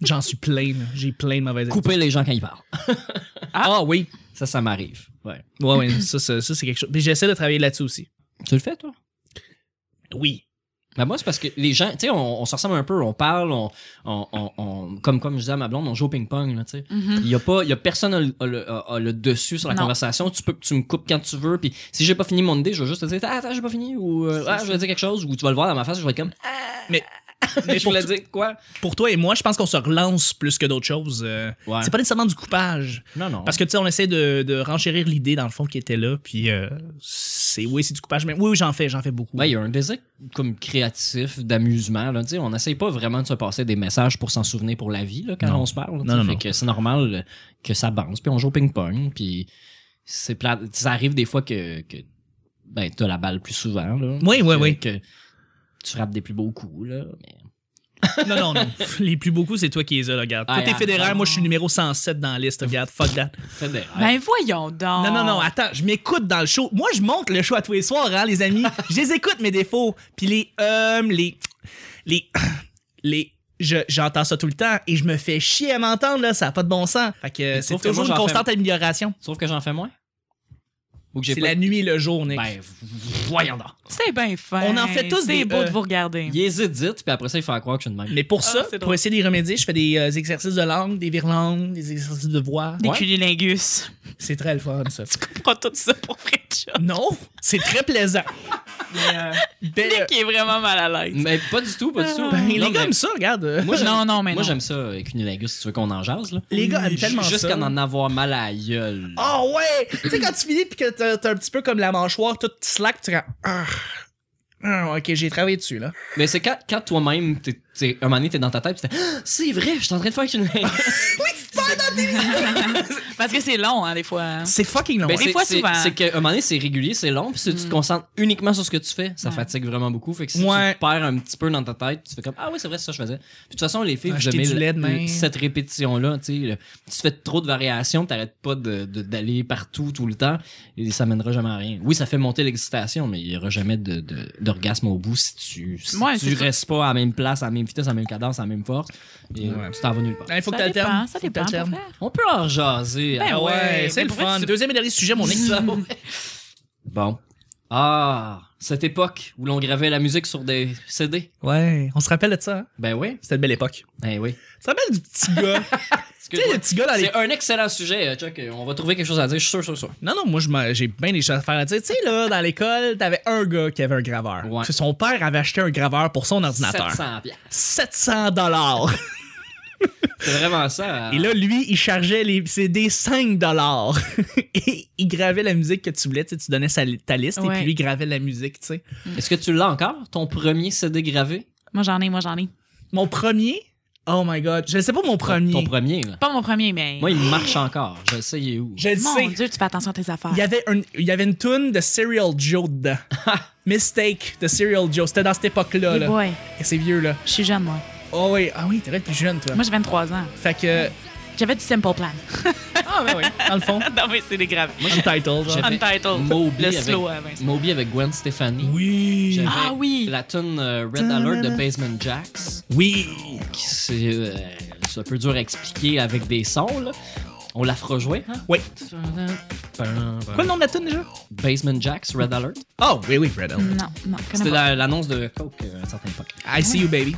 S2: J'en suis plein, là. j'ai plein de mauvaises habitudes.
S3: Couper les gens quand ils parlent.
S2: Ah oui.
S3: Ça, ça m'arrive. Ouais.
S2: Ouais, ouais, ça, ça, ça, c'est quelque chose. Mais j'essaie de travailler là-dessus aussi.
S3: Tu le fais, toi?
S2: Oui.
S3: Ben moi, c'est parce que les gens, tu sais, on, on se ressemble un peu, on parle, on, on, on- on- comme, comme je disais à ma blonde, on joue au ping-pong, là, tu sais.
S1: Mhm.
S3: Il y a pas, il y a personne a le- a le, a- a le dessus sur la
S1: Mm. Non.
S3: conversation. Tu peux, tu me coupes quand tu veux. Puis si j'ai pas fini mon idée, je vais juste te dire, ah, attends, j'ai pas fini, ou euh,
S1: C'est
S3: ah,
S1: ça.
S3: je vais dire quelque chose, ou tu vas le voir dans ma face, je vais être comme,
S2: Mais
S3: je
S2: pour,
S3: voulais dire quoi
S2: pour toi et moi, je pense qu'on se relance plus que d'autres choses. euh,
S3: Ouais.
S2: C'est pas nécessairement du coupage.
S3: Non, non.
S2: Parce que, tu sais, on essaie de, de renchérir l'idée, dans le fond, qui était là. Puis, euh, c'est oui, c'est du coupage. Mais oui, oui, j'en fais, j'en fais beaucoup.
S3: Ouais, il y a un désir comme créatif d'amusement. Là. Tu sais, On n'essaye pas vraiment de se passer des messages pour s'en souvenir pour la vie là, quand
S2: Non.
S3: on se parle. tu sais.
S2: Non, non,
S3: Fait
S2: non.
S3: que c'est normal euh, que ça bounce, puis on joue au ping-pong, puis c'est plat. Ça arrive des fois que, que ben, t'as la balle plus souvent. Là,
S2: Oui, oui,
S3: que-
S2: oui.
S3: Que tu frappes des plus beaux coups. Là, mais-
S2: Non, non, non. Les plus beaucoup, c'est toi qui les as, là, regarde. Toi,
S3: Ah,
S2: t'es
S3: ah,
S2: fédéraire,
S3: ah.
S2: moi, je suis numéro 107 dans la liste, regarde. Fuck that.
S3: Fais des rêves.
S1: Ben voyons donc.
S2: Non, non, non, attends, je m'écoute dans le show. Moi, je monte le show à tous les soirs, hein, les amis. je les écoute, mes défauts. Puis les euh, les. Les. Les. je- J'entends ça tout le temps et je me fais chier à m'entendre, là, ça n'a pas de bon sens. Fait que euh,
S3: Mais
S2: c'est
S3: sauf que
S2: toujours
S3: moi,
S2: une
S3: j'en fais-
S2: constante amélioration.
S3: Sauf que j'en fais moins. Ou que j'ai
S2: C'est
S3: pas...
S2: la nuit et le jour, Nick.
S3: Ben, voyons donc.
S1: C'est bien fin.
S2: On en fait tous des,
S1: C'est beau
S2: euh,
S1: de vous regarder.
S3: Ils hésitent, puis après ça, ils font croire que je suis de même.
S2: Mais pour ça,
S1: Ah, c'est
S2: pour
S1: drôle.
S2: essayer d'y remédier, je fais des euh, exercices de langue, des virlangues, des exercices de voix.
S1: Des
S3: Ouais.
S1: cunilingus.
S2: C'est très le fun, ça.
S1: Tu prends tout ça pour Fred
S2: non, c'est très plaisant. Ben, euh,
S1: qui est vraiment mal à l'aise.
S3: Mais pas du tout, pas du tout.
S2: ben,
S3: Non,
S2: les gars
S3: mais-
S2: aiment ça, regarde. euh,
S3: Moi, j'aime-
S1: Non, non, mais Ben
S3: Moi,
S1: non.
S3: j'aime ça, euh, Cunilingus, si tu veux qu'on en jase, là.
S2: les gars aiment tellement
S3: Juste
S2: ça.
S3: qu'en en avoir mal à la gueule.
S2: Ah ouais! tu sais, quand tu finis pis que t'as t'as un petit peu comme la mâchoire toute slack, tu rends. Ah, Ah, ok, j'ai travaillé dessus, là.
S3: Mais c'est quand, quand toi-même, t'es- t'es- un moment donné, t'es dans ta tête, pis t'es Ah, c'est vrai, je suis en train de faire Cunilingus.
S1: Parce que c'est long, hein, des fois. hein.
S2: C'est fucking long.
S3: Ben,
S2: hein.
S1: des
S3: c'est-
S1: fois,
S3: c'est-
S1: souvent.
S3: C'est qu'à un moment donné, c'est régulier, c'est long, pis si tu te concentres uniquement sur ce que tu fais, ça
S1: Ouais.
S3: fatigue vraiment beaucoup. Fait que si
S2: Ouais.
S3: tu te perds un petit peu dans ta tête, tu fais comme Ah oui, c'est vrai, c'est ça que je faisais. Puis de toute façon, les filles, vous
S2: Acheter
S3: aimez
S2: du
S3: le-
S2: lait demain.
S3: le- cette répétition-là. Tu sais, le- tu fais trop de variations, t'arrêtes pas de- de- d'aller partout tout le temps, et ça mènera jamais à rien. Oui, ça fait monter l'excitation, mais il y aura jamais de- de- d'orgasme au bout si tu, si
S1: Ouais,
S3: tu
S1: c'est ça.
S3: restes pas à la même place, à la même vitesse, à la même cadence, à la même force. Et
S2: Ouais.
S3: tu t'en vas nulle part.
S2: Hein, faut que
S1: ça
S2: t'alternes.
S1: dépend, ça
S2: Faut que
S1: dépend.
S2: t'alternes.
S1: pour faire.
S3: On peut en jaser.
S1: Ben
S2: Ah ouais,
S1: Ouais,
S2: c'est
S1: mais
S2: le
S1: pour vrai,
S2: fun.
S1: tu-
S2: Deuxième et dernier sujet, mon ex.
S3: Bon. Ah, cette époque où l'on gravait la musique sur des CD.
S2: ouais, on se rappelle de ça, hein?
S3: Ben oui.
S2: C'était une belle époque.
S3: Ben oui.
S2: Tu te rappelles du petit gars? tu sais, le petit gars dans les.
S3: C'est un excellent sujet, euh, Chuck. On va trouver quelque chose à dire, je suis sûr, sûr, sûr.
S2: Non, non, moi, je m'en- j'ai bien des choses à faire à dire. Tu sais, là, dans l'école, t'avais un gars qui avait un graveur.
S3: Ouais.
S2: Que Son père avait acheté un graveur pour son ordinateur.
S3: 700 piastres.
S2: 700 dollars.
S3: C'est vraiment ça. euh.
S2: Et là, lui, il chargeait les CD 5 dollars. et il gravait la musique que tu voulais. Tu, sais, tu donnais sa, ta liste et
S1: Ouais.
S2: puis lui il gravait la musique. tu sais.
S3: Est-ce que tu l'as encore, ton premier CD gravé?
S1: Moi, j'en ai, moi, j'en ai.
S2: Mon premier? Oh my God. Je sais pas mon premier.
S3: Ton premier, là.
S1: Pas mon premier, mais.
S3: Moi, il marche encore. Je sais, il est où.
S2: Je le
S1: Mon
S2: sais.
S1: Dieu, tu fais attention à tes affaires.
S2: Il y, avait un- il y avait une toune de Serial Joe dedans. Mistake de Serial Joe. C'était dans cette époque-là.
S1: Hey
S2: là.
S1: boy,
S2: Et c'est vieux, là.
S1: je suis jeune, moi.
S2: Oh oui, ah oui, t'es plus jeune, toi.
S1: Moi, j'ai 23 ans.
S2: Fait que.
S1: J'avais du Simple Plan.
S2: Ah, ben oui, dans le fond.
S1: non, mais c'est des graves.
S2: Untitled. genre.
S3: j'avais-
S1: Untitled.
S3: Moby
S1: Le
S3: avec-
S1: slow à Vincent.
S3: Moby avec Gwen Stefani.
S2: Oui.
S3: J'avais
S1: Ah oui.
S3: La tune euh, Red Alert de Basement Jaxx.
S2: Oui.
S3: qui c'est euh, c'est un peu dur à expliquer avec des sons là. On la fera jouer, hein?
S2: Oui. Quoi
S3: Quoi
S2: le nom de la toune déjà?
S3: Basement Jacks, Red Alert.
S2: Oh, oui, oui, Red Alert.
S1: Non, non, je
S3: C'était
S1: connais pas.
S3: la- l'annonce de Coke euh, à un certain époque.
S2: I see you, baby.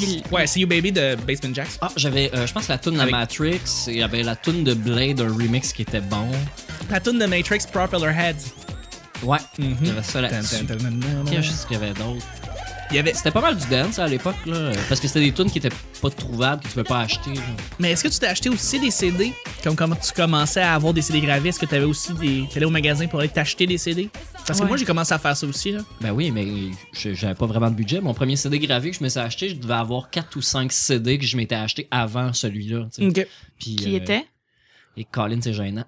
S1: Il-
S2: Ouais, See You Baby de Basement Jacks.
S3: Ah, j'avais, euh, je pense, la tune de
S2: Avec-
S3: Matrix, et il y avait la tune de Blade, un remix qui était bon.
S2: La tune de Matrix Propeller Heads.
S3: Ouais, Mm-hmm. il y avait ça là-dessus. Qu'est-ce qu'il y avait d'autre?
S2: Il y avait...
S3: C'était pas mal du dance à l'époque, là, parce que c'était des tunes qui étaient pas trouvables, que tu pouvais pas acheter. là.
S2: Mais est-ce que tu t'es acheté aussi des CD? Comme quand tu commençais à avoir des CD gravés, est-ce que tu avais aussi des. T'allais au magasin pour aller t'acheter des CD? Parce que
S1: Ouais.
S2: moi, j'ai commencé à faire ça aussi, là.
S3: Ben oui, mais je- j'avais pas vraiment de budget. Mon premier CD gravé que je me suis acheté, je devais avoir 4 ou 5 CD que je m'étais acheté avant celui-là. tu sais. Puis,
S1: Qui
S3: euh,
S1: était?
S3: Et Colin, c'est gênant.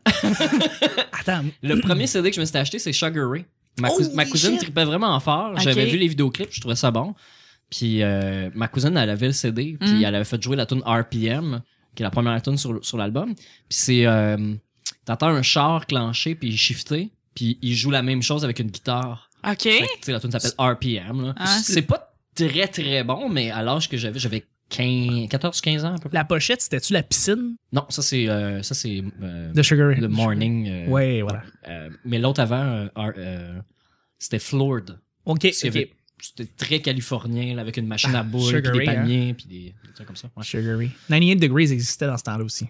S2: Attends.
S3: Le premier CD que je me suis acheté, c'est Sugar Ray. Ma, cous-
S2: Holy
S3: ma cousine
S2: shit!
S3: tripait vraiment fort.
S1: Oh Ok.
S3: J'avais vu les vidéoclips, je trouvais ça bon. Puis euh, ma cousine, elle avait le CD, puis
S1: Mm.
S3: elle avait fait jouer la tune RPM, qui est la première tune sur, sur l'album. Puis c'est. euh, T'entends un char clenché, puis shifté, puis il joue la même chose avec une guitare.
S1: OK.
S3: Fait que, tu sais, la tune s'appelle RPM. là.
S1: Eh? Ah.
S3: C'est pas très très bon, mais à l'âge que j'avais, j'avais 14-15 ans à peu près.
S2: La pochette, c'était-tu la piscine
S3: Non, ça c'est euh, ça c'est euh,
S2: de Sugar Hill?
S3: le morning. euh,
S2: Ouais, voilà.
S3: euh, mais l'autre avant, euh, Ar- euh, c'était Floored.
S2: Ok,
S3: Parce qu'il y
S2: ok.
S3: avait- C'était très californien, là, avec une machine
S2: Ah,
S3: à boules, puis
S2: sugary,
S3: des paniers, puis des, des trucs comme ça. ouais.
S2: Sugary. 98 Degrees existait dans ce temps-là aussi.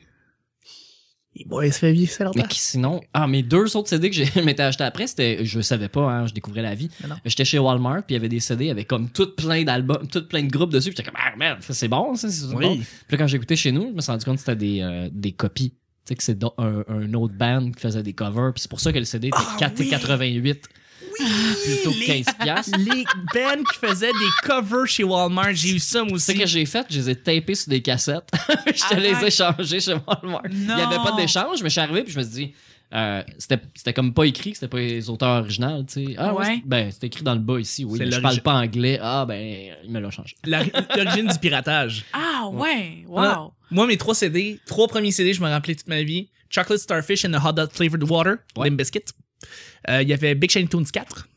S2: Et boy, il se fait vieillir, c'est longtemps.
S3: Mais qui- sinon, ah, mes deux autres CD que j'ai m'étais acheté après, c'était, je savais pas, hein, je découvrais la vie.
S2: Mais non.
S3: J'étais chez Walmart, puis il y avait des CD, il y avait comme tout plein d'albums, tout plein de groupes dessus, puis j'étais comme, ah merde, c'est bon, ça, c'est bon.
S2: Oui.
S3: Puis là, quand j'ai écouté chez nous, je me suis rendu compte que c'était des, euh, des copies. Tu sais, que c'est do- un, un autre band qui faisait des covers, puis c'est pour ça que le CD était
S2: Ah
S3: 4,88 plutôt que 15$. piastres.
S2: Les bands qui faisaient des covers chez Walmart, j'ai eu ça moi
S3: C'est
S2: aussi.
S3: que j'ai fait, je les ai tapés sur des cassettes. je te les ai échangés chez Walmart. Il n'y avait
S1: Non.
S3: pas d'échange, mais je suis arrivé puis je me suis dit, euh, c'était c'était comme pas écrit, que c'était pas les auteurs originaux, tu sais. Ah ouais?
S1: Ouais.
S3: c'est- Ben, c'était écrit dans le bas ici, oui.
S2: C'est
S3: mais Je parle
S2: l'origi-
S3: pas anglais. Ah ben, il me l'a changé.
S2: La- L'origine du piratage.
S1: Ah ouais,
S2: Ah,
S1: wow.
S2: Moi, mes trois CD, trois premiers CD, je me rappelais toute ma vie. Chocolate Starfish and the Hot Dot Flavored Water,
S3: Ouais.
S2: Limp Bizkit. Euh, Il y avait Big Shiny Tunes 4.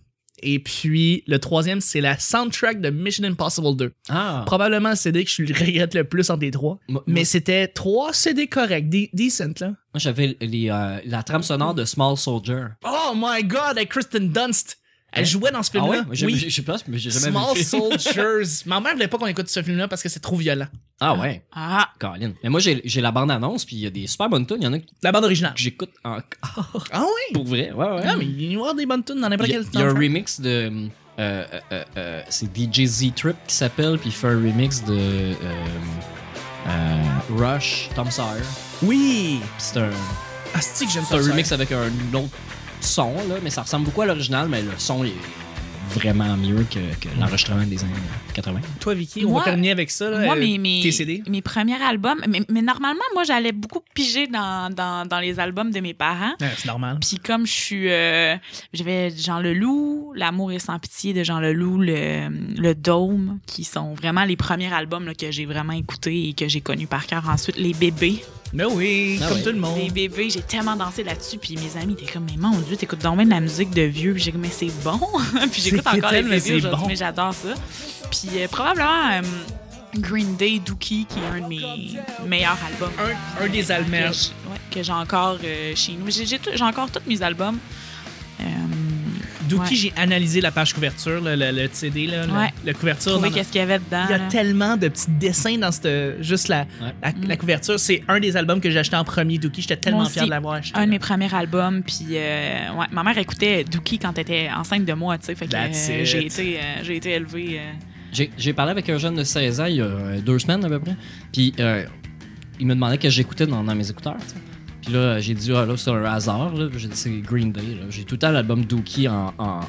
S2: Et puis, le troisième, c'est la soundtrack de Mission Impossible 2.
S3: Ah!
S2: Probablement le CD que je regrette le plus entre les trois.
S3: Moi-
S2: Mais c'était trois CD corrects, des decent, là.
S3: Moi, j'avais les, euh, la trame sonore de Small Soldier.
S2: Oh my god, avec Kristen Dunst. Elle
S3: Hein?
S2: jouait dans ce
S3: Ah ouais?
S2: film-là.
S3: Je
S2: oui.
S3: je- je sais pas, mais j'ai jamais
S2: Small
S3: vu le film.
S2: Soldiers. Ma mère voulait pas qu'on écoute ce film-là parce que c'est trop violent.
S3: Ah ouais,
S1: Ah,
S3: Colin. Mais moi, j'ai j'ai la bande-annonce, puis il y a des super bonnes tunes. Il y en a que
S2: La bande originale.
S3: j'écoute encore.
S2: Ah oui?
S3: Pour vrai, ouais, ouais.
S2: Ah, mais il y a des bonnes tunes dans n'importe
S3: Il y a-
S2: quel
S3: il y a un
S2: soundtrack.
S3: remix de. euh, euh, euh, euh, c'est DJ Z Trip qui s'appelle, puis il fait un remix de. euh, euh, Rush, Tom Sawyer.
S2: Oui!
S3: Puis C'est un,
S2: Ah, c'est que j'aime
S3: c'est
S2: ça.
S3: un remix avec un autre son, là, mais ça ressemble beaucoup à l'original, mais le son est vraiment mieux que, que l'enregistrement des années 80.
S2: Toi, Vicky, on
S1: Moi-
S2: va terminer avec ça. Là,
S1: Moi,
S2: euh,
S1: mes, mes,
S2: tes CD.
S1: mes premiers albums, mais, mais normalement, moi, j'allais beaucoup piger dans, dans, dans les albums de mes parents.
S2: Ouais, c'est normal.
S1: Puis comme je suis... euh, J'avais Jean Leloup, L'amour est sans pitié de Jean Leloup, le, le Dôme, qui sont vraiment les premiers albums là, que j'ai vraiment écoutés et que j'ai connus par cœur. Ensuite, Les Bébés.
S2: Mais oui,
S3: Ah
S2: comme
S3: ouais.
S2: tout le
S1: Les
S2: monde.
S1: Bébés, j'ai tellement dansé là-dessus. Puis mes amis étaient comme, mais mon Dieu, t'écoutes donc bien de la musique de vieux. Puis j'ai comme, mais c'est bon. puis j'écoute
S2: C'est
S1: encore Les
S2: tellement
S1: Bébés
S2: c'est
S1: aujourd'hui,
S2: bon.
S1: mais j'adore ça. Puis euh, probablement... euh, Green Day, Dookie, qui est un de mes meilleurs albums
S2: Un, un des
S1: que
S2: almerges.
S1: j'- ouais, que j'ai encore euh, chez nous. J'ai j'ai tout- j'ai encore tous mes albums. Euh,
S2: Dookie,
S1: Ouais.
S2: j'ai analysé la page couverture, là, le, le CD, là, le-
S1: Ouais.
S2: la couverture.
S1: trouver
S2: dans-
S1: qu'est-ce qu'il y avait dedans.
S2: Il y a
S1: là.
S2: tellement de petits dessins dans cette, juste la,
S3: Ouais.
S2: la, la couverture. C'est un des albums que j'ai acheté en premier, Dookie. J'étais tellement
S1: Moi
S2: fier
S1: aussi.
S2: de l'avoir acheté.
S1: Un de mes premiers albums, puis euh, ouais, ma mère écoutait Dookie quand elle était enceinte de moi, tu sais, fait que
S2: That's
S1: euh,
S2: it.
S1: j'ai été, euh, j'ai été élevée. euh,
S3: J'ai j'ai parlé avec un jeune de 16 ans il y a euh, deux semaines à peu près. Puis euh, il me demandait qu'est-ce que j'écoutais dans, dans mes écouteurs. tu sais. Puis là, j'ai dit, ah là, c'est un hasard. là. J'ai dit, c'est Green Day. là. J'ai tout le temps l'album Dookie en, en- en-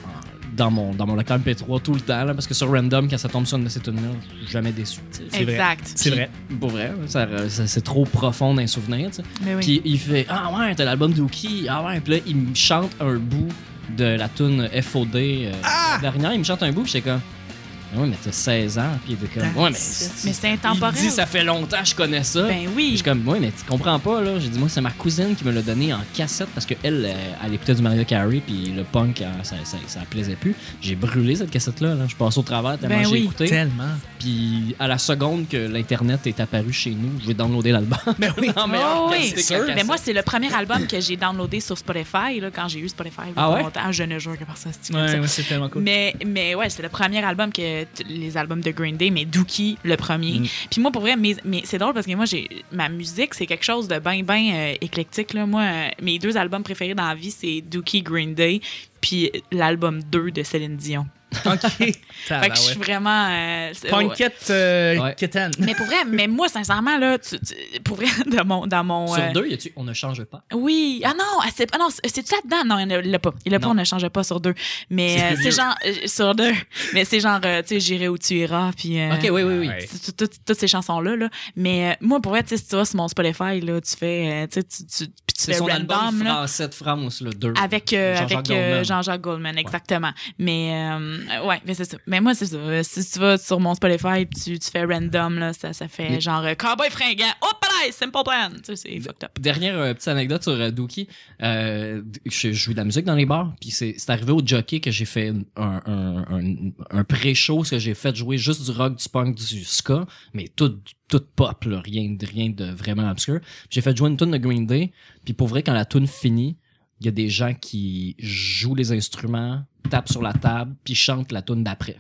S3: dans, mon, dans mon lecteur MP3 tout le temps. là, parce que sur Random, quand ça tombe sur une de ces tunes-là, je suis jamais déçu. tu sais.
S2: C'est vrai.
S1: exact.
S2: C'est vrai.
S3: Pour vrai, ça- ça- c'est trop profond d'un souvenir. tu sais.
S1: Mais oui.
S3: Puis il fait Ah ouais, t'as l'album Dookie. Ah ouais, puis là, il me chante un bout de la tune FOD euh,
S1: Ah!
S3: dernière. Il me chante un bout, puis j'étais comme Ah Ouais, mais t'as 16 ans. Puis il était comme Ouais, mais.
S1: mais c'est
S3: Il dit
S1: intemporel.
S3: Ça fait longtemps que je connais ça.
S1: Ben
S3: Puis
S1: oui.
S3: je suis comme, ouais, mais tu comprends pas, là. J'ai dit, moi, c'est ma cousine qui me l'a donné en cassette parce qu'elle, elle, euh, elle écoutait du Mario Carey, puis le punk, euh, ça, ça, ça la plaisait plus. J'ai brûlé cette cassette-là, là. Je passe au travers tellement
S1: Ben
S3: j'ai
S1: oui.
S3: écouté.
S2: Tellement.
S3: Puis à la seconde que l'Internet est apparu chez nous, j'ai downloadé l'album.
S2: Mais oui.
S3: En meilleure
S1: Oh oui.
S3: qualité que la
S1: Mais
S3: cassette.
S1: moi, c'est le premier album que j'ai downloadé sur Spotify là, quand j'ai eu Spotify. il y a
S3: Ah
S1: pas
S3: ouais?
S1: longtemps. Je ne jure que par ça. c'est comme ça.
S2: Ouais, ouais, c'est tellement cool.
S1: Mais, mais ouais, c'est le premier album que t- les albums de Green Day, mais Dookie, le premier.
S2: Mm.
S1: Puis moi, pour vrai, mes- mes- c'est drôle parce que moi, j'ai ma musique, c'est quelque chose de bien, bien éclectique. Là. Moi, euh, mes deux albums préférés dans la vie, c'est Dookie, Green Day, puis l'album 2 de Céline Dion.
S2: OK.
S1: fait
S3: Ah, bah
S1: que je suis vraiment. euh, c'est- ouais.
S2: Punkette euh,
S3: Ouais.
S2: Kitten.
S1: Mais pour vrai, mais moi, sincèrement, là, tu- tu- pour vrai, dans mon. Dans mon
S3: Sur
S1: euh,
S3: deux, y a-tu On ne change pas.
S1: Oui. Ah non, ah, c'est ah non, c'est- c'est-tu là-dedans? Non, il ne l'a pas. Il l'a pas,
S3: Non.
S1: on ne changeait pas sur deux. Mais
S3: C'est
S1: euh,
S3: plus
S1: c'est
S3: vieux.
S1: genre, euh, sur deux. Mais c'est genre, euh, tu sais, j'irai où tu iras, puis. euh,
S3: Ok, oui, oui, oui.
S2: Ah, Ouais.
S1: tout- tout- tout- toutes ces chansons là, là. mais euh, moi pour vrai tu sais, si tu vas sur mon Spotify là tu fais euh, tu sais, tu- tu- puis qui tu
S3: C'est
S1: fais
S3: son album
S1: random. là.
S3: français de France, le 2.
S1: Avec, euh,
S3: Jean-Jacques
S1: avec euh,
S3: Goldman.
S1: Jean-Jacques Goldman, exactement. Mais euh, ouais, mais c'est ça. Mais moi, c'est ça. Euh, Si tu vas sur mon Spotify et tu, tu fais random, là, ça, ça fait
S3: Mais-
S1: genre euh, Cowboy fringant, hop là, Simple Plan. Tu sais, c'est fucked up.
S3: Dernière euh, petite anecdote sur euh, Dookie. Euh, je je joue de la musique dans les bars, puis c'est c'est arrivé au jockey que j'ai fait un, un, un, un pré-show, ce que j'ai fait jouer juste du rock, du punk, du ska, mais tout, tout pop, là, rien, de- rien de vraiment obscur. J'ai fait jouer une tune de Green Day, puis pour vrai, quand la tune finit, il y a des gens qui jouent les instruments, tapent sur la table, puis chantent la tune d'après.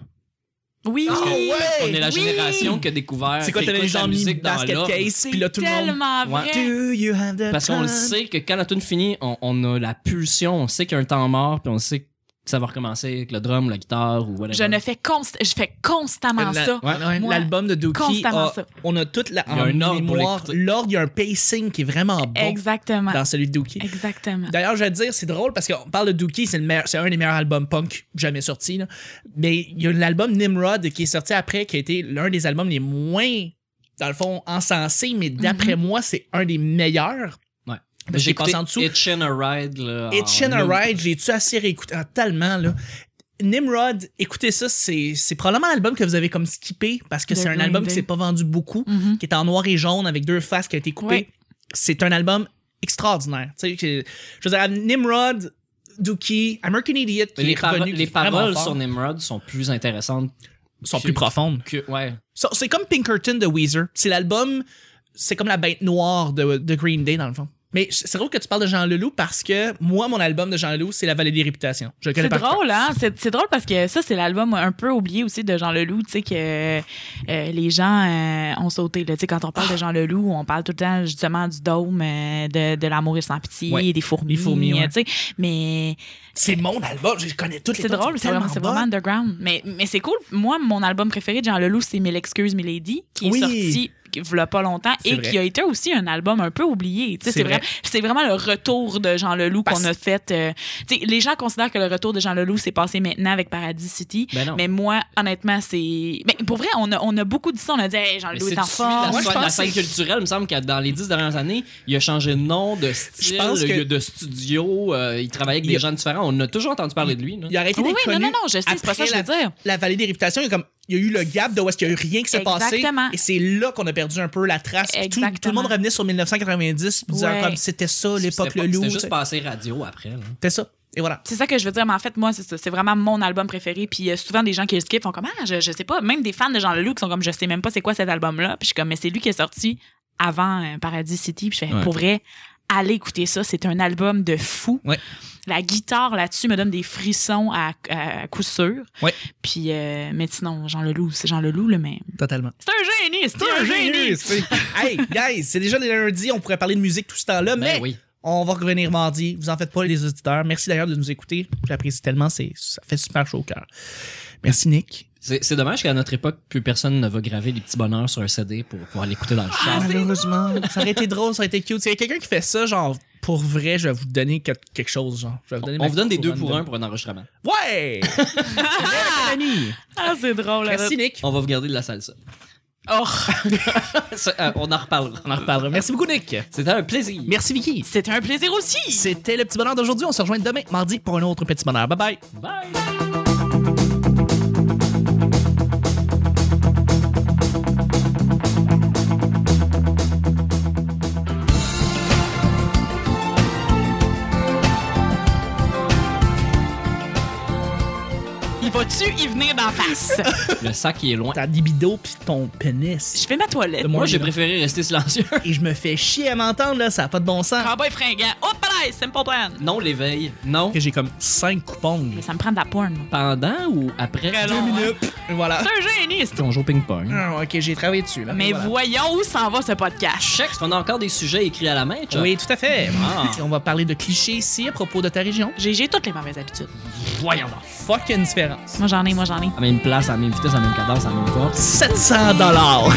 S1: Oui!
S2: Oh,
S3: On est la
S1: Oui!
S3: génération qui a découvert
S2: C'est quoi,
S3: qui
S2: t'avais
S3: écoute la
S2: genre mis
S3: musique dans
S2: basket
S3: l'ordre.
S2: case,
S1: C'est
S2: puis là, tout le monde.
S1: tellement
S3: Ouais.
S1: vrai.
S2: Do you have the
S3: Parce qu'on le
S2: time?
S3: sait que quand la tune finit, on, on a la pulsion, on sait qu'il y a un temps mort, puis on sait que ça va recommencer avec le drum, la guitare ou whatever.
S1: Je ne fais const- je fais constamment
S2: La-
S1: ça.
S3: Ouais.
S2: Ouais,
S1: Moi,
S2: L'album de Dookie,
S1: constamment
S2: a-
S1: ça.
S2: on a toute la
S3: Il y a
S2: en
S3: un ordre pour
S2: mémoire.
S3: l'écouter.
S2: L'ordre, il y a un pacing qui est vraiment bon
S1: Exactement.
S2: dans celui de Dookie.
S1: Exactement.
S2: D'ailleurs, je vais te dire, c'est drôle parce qu'on parle de Dookie, c'est le meilleur- c'est un des meilleurs albums punk jamais sortis. là. Mais il y a l'album Nimrod qui est sorti après, qui a été l'un des albums les moins, dans le fond, encensés, mais d'après moi, c'est un des meilleurs.
S3: Ouais.
S2: Ben, j'ai
S3: écouté
S2: passé en dessous.
S3: Itchin' a Ride. Là, en
S2: Itchin' a
S3: loop.
S2: Ride, j'ai tu assez réécouté ah, tellement là. Nimrod, écoutez ça, c'est c'est probablement l'album que vous avez comme skippé parce que
S1: The
S2: c'est un
S1: Green
S2: album
S1: Day.
S2: qui s'est pas vendu beaucoup,
S1: Mhm.
S2: qui est en noir et jaune avec deux faces qui a été coupé.
S1: Ouais.
S2: C'est un album extraordinaire. Tu sais, que- je veux dire, Nimrod, Dookie, American Idiot, qui
S3: Mais Les,
S2: est revenu,
S3: paro-
S2: qui
S3: les
S2: est vraiment
S3: paroles
S2: fort,
S3: sur Nimrod sont plus intéressantes
S2: sont plus profondes.
S3: que. Ouais.
S2: So- C'est comme Pinkerton de Weezer. C'est l'album, c'est comme la bête noire de, de Green Day dans le fond. Mais c'est drôle que tu parles de Jean Leloup parce que moi, mon album de Jean Leloup, c'est La Vallée des Réputations. Je le connais
S1: C'est
S2: par cœur.
S1: drôle, hein? C'est, c'est drôle parce que ça, c'est l'album un peu oublié aussi de Jean Leloup, tu sais, que euh, les gens euh, ont sauté. Là. Tu sais, Quand on parle de Jean Leloup, on parle tout le temps justement du dôme, euh, de, de l'amour et sans pitié,
S2: Ouais.
S1: des fourmis.
S2: Les fourmis, ouais.
S1: euh, tu sais. Mais
S2: C'est mon album, je connais toutes les
S1: c'est
S2: tunes,
S1: drôle, c'est vraiment,
S2: tellement
S1: c'est
S2: bon.
S1: vraiment underground. Mais, mais c'est cool. Moi, mon album préféré de Jean Leloup, c'est Mille excuses, Milady, qui
S2: Oui.
S1: est sorti il y a pas longtemps
S2: C'est
S1: et
S2: vrai.
S1: qui a été aussi un album un peu oublié. Tu sais,
S2: C'est
S1: C'est
S2: vrai.
S1: vrai. C'est vraiment le retour de Jean Leloup
S2: Parce-
S1: qu'on a fait. euh, tu sais, les gens considèrent que le retour de Jean Leloup s'est passé maintenant avec Paradis City.
S3: Ben non.
S1: Mais moi, honnêtement, c'est. Mais pour vrai, on a, on a beaucoup dit ça. On a dit, hey,
S3: Mais
S1: Jean-Louis
S3: c'est
S1: est en
S3: dessus la,
S1: forme.
S2: Moi,
S3: scène-
S2: je pense
S3: la
S2: que
S3: scène
S2: c'est-
S3: culturelle, il me semble que dans les dix dernières années, il a changé de nom, de style,
S2: pense que-
S3: il a- de studio, euh, il travaillait avec
S2: Il-
S3: des gens différents. On a toujours entendu parler de lui. là.
S2: Il a arrêté
S1: Oui,
S2: d'être
S1: oui, non,
S2: connu
S1: non, non, je sais, c'est pas ça que je
S2: après
S1: veux dire.
S2: La Vallée des Réputations, il y a, comme, il y a eu le gap de où est-ce qu'il n'y a eu rien qui s'est passé.
S1: Exactement.
S2: Et c'est là qu'on a perdu un peu la trace. Puis Tout,
S1: Exactement.
S2: tout le monde revenait sur 1990 disant
S1: Ouais.
S2: comme c'était ça, l'époque
S3: C'était pas-
S2: le loup.
S3: C'était
S2: tu sais.
S3: juste passé radio après. là.
S2: C'était ça. Et voilà.
S1: C'est ça que je veux dire, mais en fait, moi, c'est ça. C'est vraiment mon album préféré. Puis euh, souvent, des gens qui le skippent font comme, ah, je, je sais pas. Même des fans de Jean Leloup qui sont comme, je sais même pas c'est quoi cet album-là. Puis je suis comme, mais c'est lui qui est sorti avant euh, Paradis City. Puis je fais,
S3: Ouais.
S1: pour vrai, allez écouter ça. C'est un album de fou.
S2: Ouais.
S1: La guitare là-dessus me donne des frissons à, à coup sûr.
S2: Ouais.
S1: Puis, euh, mais sinon, Jean Leloup, c'est Jean Leloup, là, mais.
S2: Totalement.
S1: C'est un génie! C'est un génie!
S2: hey, guys, c'est déjà le lundi, on pourrait parler de musique tout ce temps-là, mais
S3: Ben oui.
S2: on va revenir mardi. Vous en faites pas, les auditeurs. Merci d'ailleurs de nous écouter. J'apprécie tellement, c'est, ça fait super chaud au cœur. Merci, Nick.
S3: C'est c'est dommage qu'à notre époque, plus personne ne va graver les petits bonheurs sur un CD pour pouvoir l'écouter dans le char.
S2: Malheureusement, ça aurait été drôle, ça aurait été cute. S'il y a quelqu'un qui fait ça, genre, pour vrai, je vais vous donner que- quelque chose, genre. Je vais vous donner
S3: Ah! On
S2: ma
S3: vous donne des deux
S2: couronne
S3: pour un pour
S2: de-
S3: un enregistrement.
S2: Ouais!
S1: Ah, c'est drôle, là.
S2: Merci, Nick.
S3: On va vous garder de la salsa.
S1: Oh,
S3: Ça, euh, on en reparlera.
S2: On en reparlera. Merci beaucoup, Nick.
S3: C'était un plaisir.
S2: Merci, Vicky.
S1: c'était un plaisir aussi!
S2: C'était le petit bonheur d'aujourd'hui. On se rejoint demain, mardi, pour un autre petit bonheur. Bye bye.
S3: Bye.
S1: Il va-tu y venir d'en face?
S3: Le sac, il est loin.
S2: Ta libido pis ton pénis.
S1: je fais ma toilette.
S2: moi,
S3: Moi, j'ai
S2: là.
S3: préféré rester silencieux.
S2: Et je me fais chier à m'entendre, là. Ça n'a pas de bon sens.
S3: Ah
S1: Cowboy fringant. Hop là, Simple Plan.
S3: Non, l'éveil. Non.
S2: que j'ai comme 5 coupons.
S1: Mais ça me prend de la porn. moi.
S3: Pendant ou après?
S1: Très long.
S2: Deux minutes. Ah Voilà.
S1: C'est un géniste.
S3: On joue au ping-pong.
S2: Ah, ok, j'ai travaillé dessus. Là.
S1: Mais
S2: Voilà.
S1: voyons où s'en va ce podcast.
S3: Check, on a encore des sujets écrits à la main, Chuck.
S2: Oui, tout à fait.
S3: Ah.
S2: On va parler de clichés ici à propos de ta région.
S1: J'ai j'ai toutes les mauvaises habitudes.
S3: Voyons donc.
S2: Fucking différence.
S1: Moi, j'en ai, moi, j'en ai.
S3: À la même place, à la même vitesse, à la même cadence, à la même force.
S2: 700 dollars.